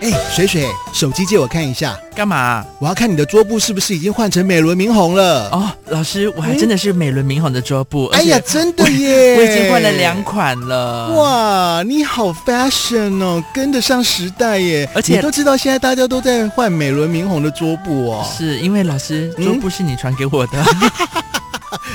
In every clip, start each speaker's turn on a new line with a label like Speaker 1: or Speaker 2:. Speaker 1: 哎水水，手机借我看一下，
Speaker 2: 干嘛？
Speaker 1: 我要看你的桌布是不是已经换成美轮明宏了。
Speaker 2: 哦，老师，我还真的是美轮明宏的桌布，
Speaker 1: 哎呀，
Speaker 2: 而且
Speaker 1: 真的耶！
Speaker 2: 我已经换了两嗯款了。！
Speaker 1: 哇，你好 fashion 哦，跟得上时代耶！
Speaker 2: 而且
Speaker 1: 你都知道现在大家都在换美轮明宏的桌布哦，
Speaker 2: 是因为老师
Speaker 1: 嗯
Speaker 2: 桌布是你传给我 的，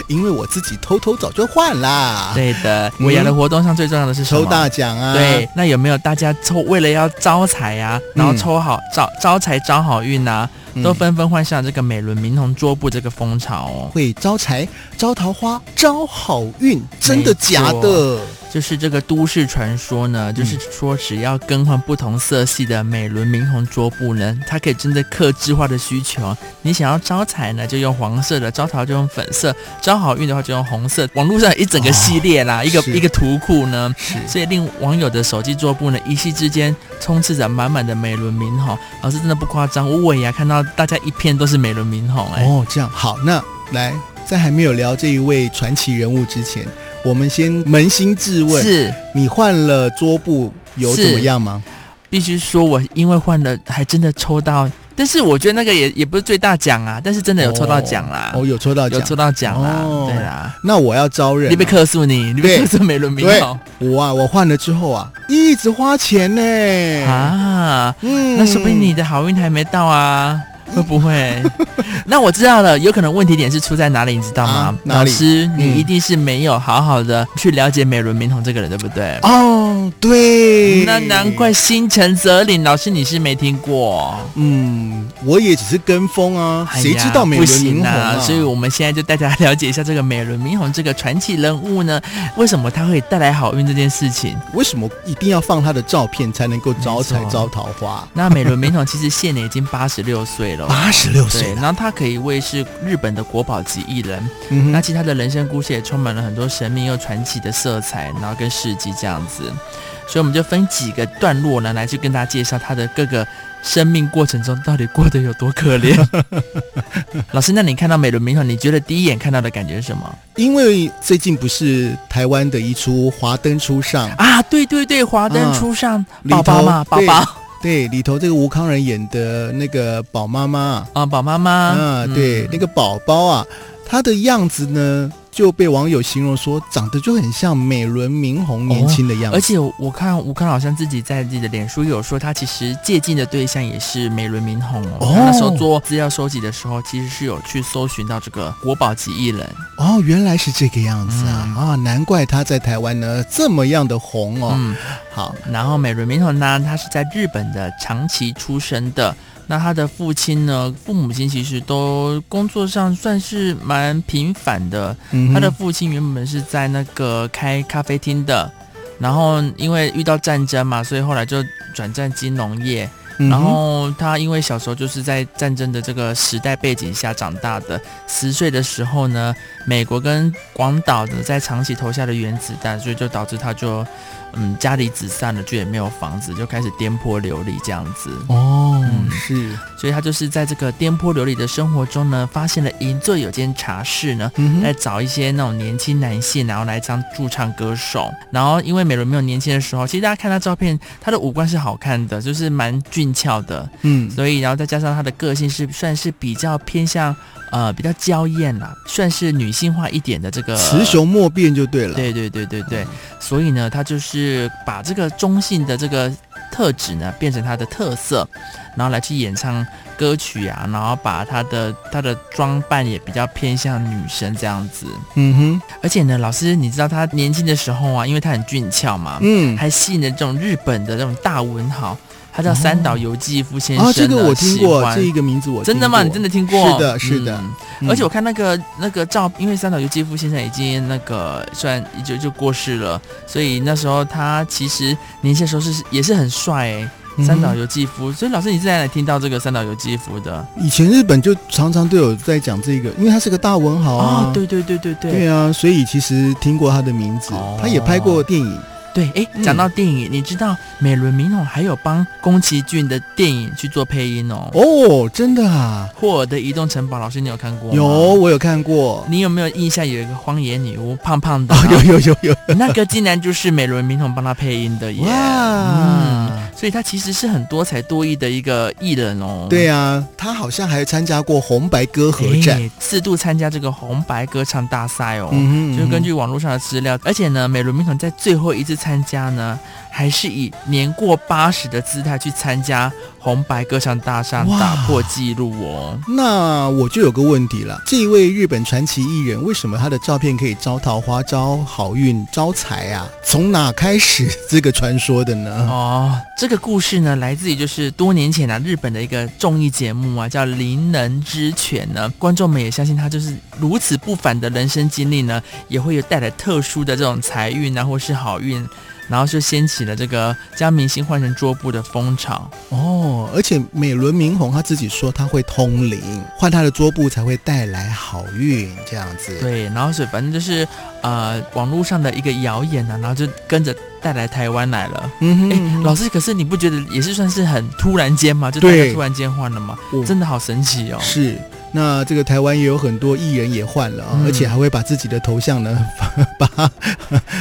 Speaker 1: 因为我自己偷偷早就换啦。
Speaker 2: 对的。
Speaker 1: 嗯
Speaker 2: 我牙的活动上最重要的是什么
Speaker 1: 抽大奖啊！
Speaker 2: 对，，那有没有大家抽为了要招财啊，然后
Speaker 1: 嗯
Speaker 2: 抽好、招招财招好运啊，
Speaker 1: 嗯
Speaker 2: 都纷纷换上这个美轮明宏桌布这个风潮哦。
Speaker 1: 会招财、招桃花、招好运，真的假的
Speaker 2: 没错？就是这个都市传说呢，
Speaker 1: 嗯
Speaker 2: 就是说只要更换不同色系的美轮明宏桌布呢，它可以针对客制化的需求。你想要招财呢，就用黄色的；招桃就用粉色；招好运的话就用红色。网络上有一整个系列啦，一个
Speaker 1: 是
Speaker 2: 一个图库呢，
Speaker 1: 是
Speaker 2: 所以令网友的手机桌布呢一夕之间充斥着满满的美轮明宏。老师真的不夸张，我尾牙看到大家一片都是美轮明宏、哎、
Speaker 1: 哦，这样好，那来，在还没有聊这一位传奇人物之前，我们先扪心自问：
Speaker 2: 是。
Speaker 1: 你换了桌布有
Speaker 2: 是
Speaker 1: 怎么样吗？
Speaker 2: 必须说，我因为换了，还真的抽到，但是我觉得那个也也不是最大奖啊，但是真的有抽到奖啦，
Speaker 1: 哦，有抽到
Speaker 2: 有
Speaker 1: 奖。
Speaker 2: 抽到奖啦，
Speaker 1: 哦啊
Speaker 2: 对啦。
Speaker 1: 那我要招人
Speaker 2: 你被克诉你，你被克诉美轮明宏
Speaker 1: 我啊，我换了之后啊，一直花钱呢、
Speaker 2: 啊，
Speaker 1: 嗯
Speaker 2: 那说明你的好运还没到啊。会不会？ 那我知道了，有可能问题点是出在哪里，你知道吗？
Speaker 1: 啊哪
Speaker 2: 老
Speaker 1: 里
Speaker 2: 师，你
Speaker 1: 嗯
Speaker 2: 一定是没有好好的去了解美轮明宏这个人，对不对？
Speaker 1: 哦，对，
Speaker 2: 那难怪。心诚则灵，老师你是没听过。
Speaker 1: 嗯，我也只是跟风啊，
Speaker 2: 哎呀
Speaker 1: 谁知道美
Speaker 2: 不
Speaker 1: 轮明
Speaker 2: 行
Speaker 1: 宏
Speaker 2: 啊？所以我们现在就带大家了解一下这个美轮明宏这个传奇人物呢，为什么他会带来好运这件事情？
Speaker 1: 为什么一定要放他的照片才能够招财
Speaker 2: 没错
Speaker 1: 招桃花？
Speaker 2: 那美轮明宏其实现年已经八十六岁了。
Speaker 1: 八十六
Speaker 2: 对，
Speaker 1: 岁
Speaker 2: 然
Speaker 1: 了，
Speaker 2: 后他可以谓是日本的国宝级艺人，
Speaker 1: 嗯
Speaker 2: 那
Speaker 1: 哼，
Speaker 2: 其实他的人生故事也充满了很多神秘又传奇的色彩，然后跟事迹这样子，所以我们就分几个段落呢来去跟大家介绍他的各个生命过程中到底过得有多可怜。 老师，那你看到美轮明宏，你觉得第一眼看到的感觉是什么？
Speaker 1: 因为最近不是台湾的一出《华灯初上》，
Speaker 2: 啊，对对对，华灯
Speaker 1: 嗯
Speaker 2: 初上，
Speaker 1: 里
Speaker 2: 宝宝
Speaker 1: 头
Speaker 2: 嘛，宝
Speaker 1: 对
Speaker 2: 宝
Speaker 1: 对，里头这个吴康仁演的那个宝妈妈
Speaker 2: 啊，宝妈妈
Speaker 1: 啊，对，那
Speaker 2: 嗯
Speaker 1: 个宝宝啊，她的样子呢就被网友形容说长得就很像美轮明宏年轻的样子，
Speaker 2: 哦而且我看吴康好像自己在自己的脸书有说，他其实借镜的对象也是美轮明宏哦。
Speaker 1: 哦
Speaker 2: 他那时候做资料收集的时候，其实是有去搜寻到这个国宝级艺人。
Speaker 1: 哦，原来是这个样子啊、
Speaker 2: 嗯
Speaker 1: 啊，难怪她在台湾呢这么样的红哦。
Speaker 2: 嗯，
Speaker 1: 好，
Speaker 2: 然后美轮明宏呢，他是在日本的长崎出生的。那他的父亲呢，父母亲其实都工作上算是蛮平凡的，
Speaker 1: 嗯哼
Speaker 2: 他的父亲原本是在那个开咖啡厅的，然后因为遇到战争嘛，所以后来就转战金融业。
Speaker 1: 嗯哼
Speaker 2: 然后他因为小时候就是在战争的这个时代背景下长大的，十岁的时候呢，美国跟广岛的在长崎投下的原子弹，所以就导致他就嗯家里子散了，就也没有房子，就开始颠簸流离这样子。
Speaker 1: 哦、
Speaker 2: 嗯
Speaker 1: 是，
Speaker 2: 所以他就是在这个颠簸流离的生活中呢，发现了银座有间茶室呢，
Speaker 1: 嗯
Speaker 2: 来
Speaker 1: 哼，
Speaker 2: 找一些那种年轻男性，然后来当驻唱歌手。然后因为美轮明宏年轻的时候，其实大家看他照片，他的五官是好看的，就是蛮俊俏的。
Speaker 1: 嗯，
Speaker 2: 所以然后再加上他的个性是算是比较偏向呃比较娇艳啦，算是女性化一点的这个呃
Speaker 1: 雌。雄莫辨就对了。
Speaker 2: 对对对对对，所以呢，他就是把这个中性的这个特质呢，变成他的特色，然后来去演唱歌曲啊，然后把他的他的装扮也比较偏向女生这样子。
Speaker 1: 嗯哼，
Speaker 2: 而且呢，老师，你知道他年轻的时候啊，因为他很俊俏嘛，
Speaker 1: 嗯，
Speaker 2: 还吸引了这种日本的这种大文豪，他叫三岛由纪夫先生
Speaker 1: 啊，
Speaker 2: 呢、
Speaker 1: 哦这个我听过
Speaker 2: 喜，欢
Speaker 1: 这一个名字我
Speaker 2: 真的吗？
Speaker 1: 听
Speaker 2: 你
Speaker 1: 过
Speaker 2: 真的听过？
Speaker 1: 是的是的
Speaker 2: 嗯
Speaker 1: 嗯
Speaker 2: 而且我看那个那个照，因为三岛由纪夫先生已经那个虽然就就过世了，所以那时候他其实年轻的时候是也是很帅哎、
Speaker 1: 嗯
Speaker 2: 三岛由纪夫。所以老师，你是在哪里听到这个三岛由纪夫的？
Speaker 1: 以前日本就常常都有在讲这个，因为他是个大文豪啊，
Speaker 2: 对对对对对
Speaker 1: 对啊，所以其实听过他的名字，
Speaker 2: 哦
Speaker 1: 他也拍过电影，
Speaker 2: 对，哎，
Speaker 1: 嗯
Speaker 2: 讲到电影，你知道美轮明宏还有帮宫崎骏的电影去做配音哦。
Speaker 1: 哦，真的啊，
Speaker 2: 霍尔的移动城堡，老师你有看过吗？
Speaker 1: 有我有看过，
Speaker 2: 你有没有印象有一个荒野女巫，胖胖 的
Speaker 1: 哦，
Speaker 2: 啊、
Speaker 1: 有有有有，
Speaker 2: 那个竟然就是美轮明宏帮她配音的耶。
Speaker 1: 哇
Speaker 2: 嗯，所以他其实是很多才多艺的一个艺人哦。
Speaker 1: 对啊，他好像还参加过红白歌合战。
Speaker 2: 哎四度参加这个红白歌唱大赛哦。
Speaker 1: 嗯哼
Speaker 2: 就是根据网络上的资料，而且呢，美伦明统在最后一次参加呢，还是以年过八十的姿态去参加红白歌唱大赛，
Speaker 1: 哇
Speaker 2: 打破纪录哦。
Speaker 1: 那我就有个问题了，这一位日本传奇艺人，为什么他的照片可以招桃花、招好运、招财啊？从哪开始这个传说的呢？
Speaker 2: 哦，这个故事呢，来自于就是多年前啊，日本的一个综艺节目啊，叫《灵能之犬》呢。观众们也相信他就是如此不凡的人生经历呢，也会有带来特殊的这种财运啊，或是好运，然后就掀起了这个将明星换成桌布的风潮。
Speaker 1: 哦，而且美轮明宏他自己说他会通灵，换他的桌布才会带来好运，这样子。
Speaker 2: 对，然后所以反正就是呃，网络上的一个谣言啊，然后就跟着带来台湾来了。
Speaker 1: 嗯哼，
Speaker 2: 哎、
Speaker 1: 嗯哼
Speaker 2: 老师，可是你不觉得也是算是很突然间吗？就大
Speaker 1: 对
Speaker 2: 家突然间换了吗？
Speaker 1: 我
Speaker 2: 真的好神奇哦！
Speaker 1: 是。那这个台湾也有很多艺人也换了啊、
Speaker 2: 嗯
Speaker 1: 而且还会把自己的头像呢 把它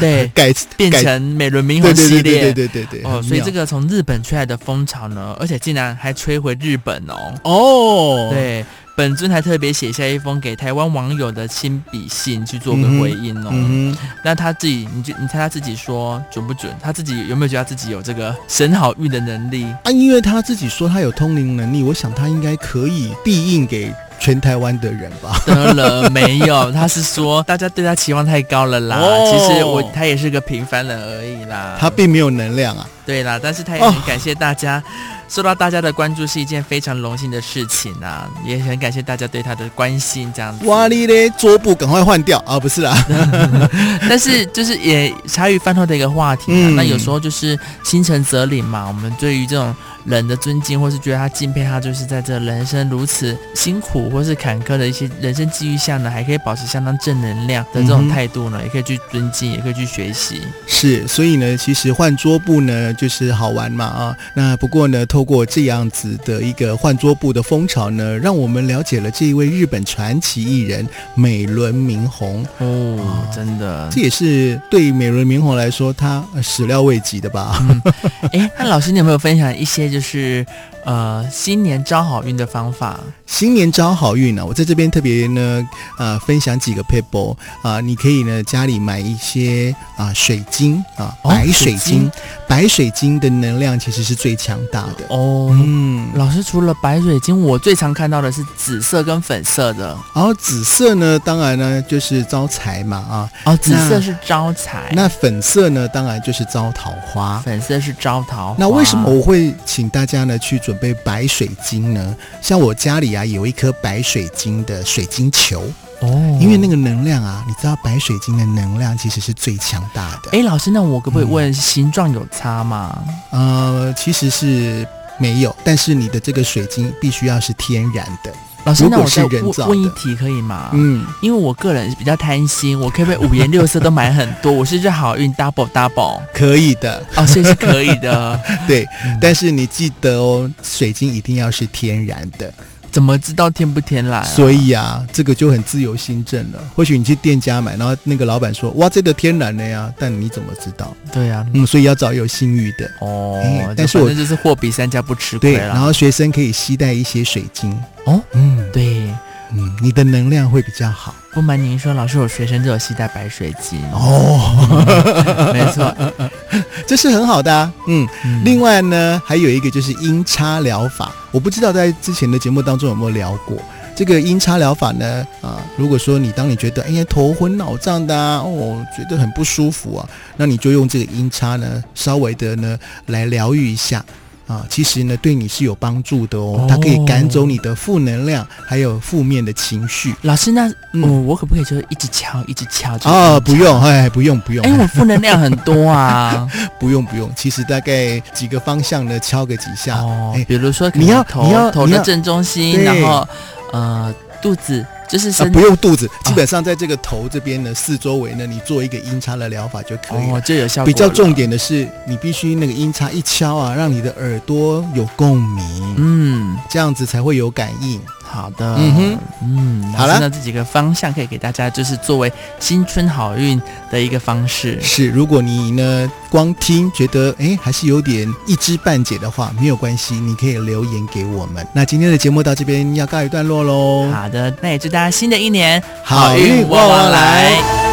Speaker 2: 对，
Speaker 1: 改
Speaker 2: 变
Speaker 1: 改
Speaker 2: 成美轮明
Speaker 1: 对
Speaker 2: 宏
Speaker 1: 对对
Speaker 2: 系列。
Speaker 1: 对对对对对
Speaker 2: 哦，
Speaker 1: 很
Speaker 2: 所以这
Speaker 1: 妙
Speaker 2: 个从日本吹来的风潮呢，而且竟然还吹回日本哦。
Speaker 1: 哦，
Speaker 2: 对，本尊还特别写下一封给台湾网友的亲笔信去做个
Speaker 1: 嗯哼
Speaker 2: 回应哦。
Speaker 1: 嗯哼，
Speaker 2: 那他自己，你就你猜他自己说准不准？他自己有没有觉得他自己有这个神好运的能力？
Speaker 1: 啊，因为他自己说他有通灵能力，我想他应该可以庇应给全台湾的人吧。
Speaker 2: 得了，没有，他是说大家对他期望太高了 啦。
Speaker 1: 哦
Speaker 2: 其实我他也是个平凡人而已啦。
Speaker 1: 他并没有能量啊，
Speaker 2: 对啦，但是他也很感谢大家， 受到大家的关注是一件非常荣幸的事情啊，也很感谢大家对他的关心这样子。
Speaker 1: 哇哩嘞，桌布赶快换掉啊！不是啦，
Speaker 2: 但是就是也茶余饭后的一个话题啊。
Speaker 1: 嗯
Speaker 2: 那有时候就是心诚则灵嘛，我们对于这种人的尊敬，或是觉得他敬佩他，就是在这人生如此辛苦或是坎坷的一些人生际遇下呢，还可以保持相当正能量的这
Speaker 1: 嗯
Speaker 2: 种
Speaker 1: 哼
Speaker 2: 态度呢，也可以去尊敬，也可以去学习。
Speaker 1: 是，所以呢，其实换桌布呢就是好玩嘛啊。那不过呢，透过这样子的一个换桌布的风潮呢，让我们了解了这一位日本传奇艺人美轮明宏，
Speaker 2: 哦，真的。
Speaker 1: 这也是对美轮明宏来说他呃始料未及的吧。
Speaker 2: 哎，那老师，你有没有分享一些就是呃新年招好运的方法？
Speaker 1: 新年招好运啊呢、我在这边特别呢，呃，分享几个 paper 啊、你可以呢家里买一些啊、水晶啊、
Speaker 2: 哦
Speaker 1: 白
Speaker 2: 水
Speaker 1: 水
Speaker 2: 晶
Speaker 1: 晶，白水晶的能量其实是最强大的。
Speaker 2: 哦，
Speaker 1: 嗯，
Speaker 2: 老师，除了白水晶，我最常看到的是紫色跟粉色的。
Speaker 1: 然后紫色呢，当然呢就是招财嘛啊，
Speaker 2: 哦，紫色
Speaker 1: 那
Speaker 2: 是招财，
Speaker 1: 那粉色呢，当然就是招桃花。
Speaker 2: 粉色是招桃花。
Speaker 1: 那为什么我会请大家呢去准备白水晶呢？像我家里啊有一颗白水晶的水晶球，
Speaker 2: 哦
Speaker 1: 因为那个能量啊，你知道白水晶的能量其实是最强大的。
Speaker 2: 哎，老师，那我可不可以问形状有差吗？
Speaker 1: 呃，其实是没有，但是你的这个水晶必须要是天然的。啊
Speaker 2: 老师，
Speaker 1: 如
Speaker 2: 那
Speaker 1: 果
Speaker 2: 我再
Speaker 1: 是人造的
Speaker 2: 问问一题可以吗？
Speaker 1: 嗯，
Speaker 2: 因为我个人比较贪心，我可不可以五颜六色都买很多？ 我是不是好运 double double
Speaker 1: 可以 的，
Speaker 2: 哦，所以是可以的。
Speaker 1: 对。但是你记得哦，水晶一定要是天然的。
Speaker 2: 怎么知道天不天来、啊？
Speaker 1: 所以啊，这个就很自由心证了。或许你去店家买，然后那个老板说：“哇，这个天然的呀。”但你怎么知道？
Speaker 2: 对啊，
Speaker 1: 嗯，所以要找有信誉的。
Speaker 2: 哦，
Speaker 1: 哎
Speaker 2: 就
Speaker 1: 但是
Speaker 2: 反
Speaker 1: 我
Speaker 2: 正就是货比三家不吃亏
Speaker 1: 对，
Speaker 2: 啦。
Speaker 1: 然后学生可以携带一些水晶。
Speaker 2: 哦，
Speaker 1: 嗯
Speaker 2: 对，
Speaker 1: 嗯，你的能量会比较好。
Speaker 2: 不瞒您说，老师，我学生就有携带白水晶，
Speaker 1: 哦，
Speaker 2: 没错。
Speaker 1: 这是很好的、啊。嗯，
Speaker 2: 嗯
Speaker 1: 另外呢，还有一个就是音叉疗法，我不知道在之前的节目当中有没有聊过。这个音叉疗法呢，啊，如果说你当你觉得哎呀头昏脑胀的啊，哦，觉得很不舒服啊，那你就用这个音叉呢，稍微的呢来疗愈一下啊，其实呢对你是有帮助的哦
Speaker 2: 哦，
Speaker 1: 它可以赶走你的负能量，还有负面的情绪
Speaker 2: 老师，那
Speaker 1: 嗯
Speaker 2: 我、我可不可以就是一直敲，一直敲？就是
Speaker 1: 啊，
Speaker 2: 一直
Speaker 1: 不
Speaker 2: 敲。
Speaker 1: 用，哎，不用不用
Speaker 2: 哎、，我负能量很 多啊。
Speaker 1: 不用不用，其实大概几个方向呢敲个几下，
Speaker 2: 哦
Speaker 1: 哎，
Speaker 2: 比如说可
Speaker 1: 你
Speaker 2: 能
Speaker 1: 要
Speaker 2: 头
Speaker 1: 你要
Speaker 2: 头
Speaker 1: 你
Speaker 2: 的
Speaker 1: 要
Speaker 2: 正中心，
Speaker 1: 对
Speaker 2: 然后呃肚子就是
Speaker 1: 啊，
Speaker 2: 身、
Speaker 1: 不用肚子，基本上在这个头这边呢，四周围呢，你做一个音叉的疗法就可以了。
Speaker 2: 哦就有效果。
Speaker 1: 哎比较重，点的是，你必须那个音叉一敲啊，让你的耳朵有共鸣，
Speaker 2: 嗯，
Speaker 1: 这样子才会有感应。
Speaker 2: 好的，
Speaker 1: 嗯哼，
Speaker 2: 嗯，
Speaker 1: 好了
Speaker 2: 那这几个方向可以给大家，就是作为新春好运的一个方式。
Speaker 1: 是，如果你呢光听觉得哎还是有点一知半解的话，没有关系，你可以留言给我们。那今天的节目到这边要告一段落喽，
Speaker 2: 好的，那也祝大家新的一年
Speaker 1: 好运旺旺来。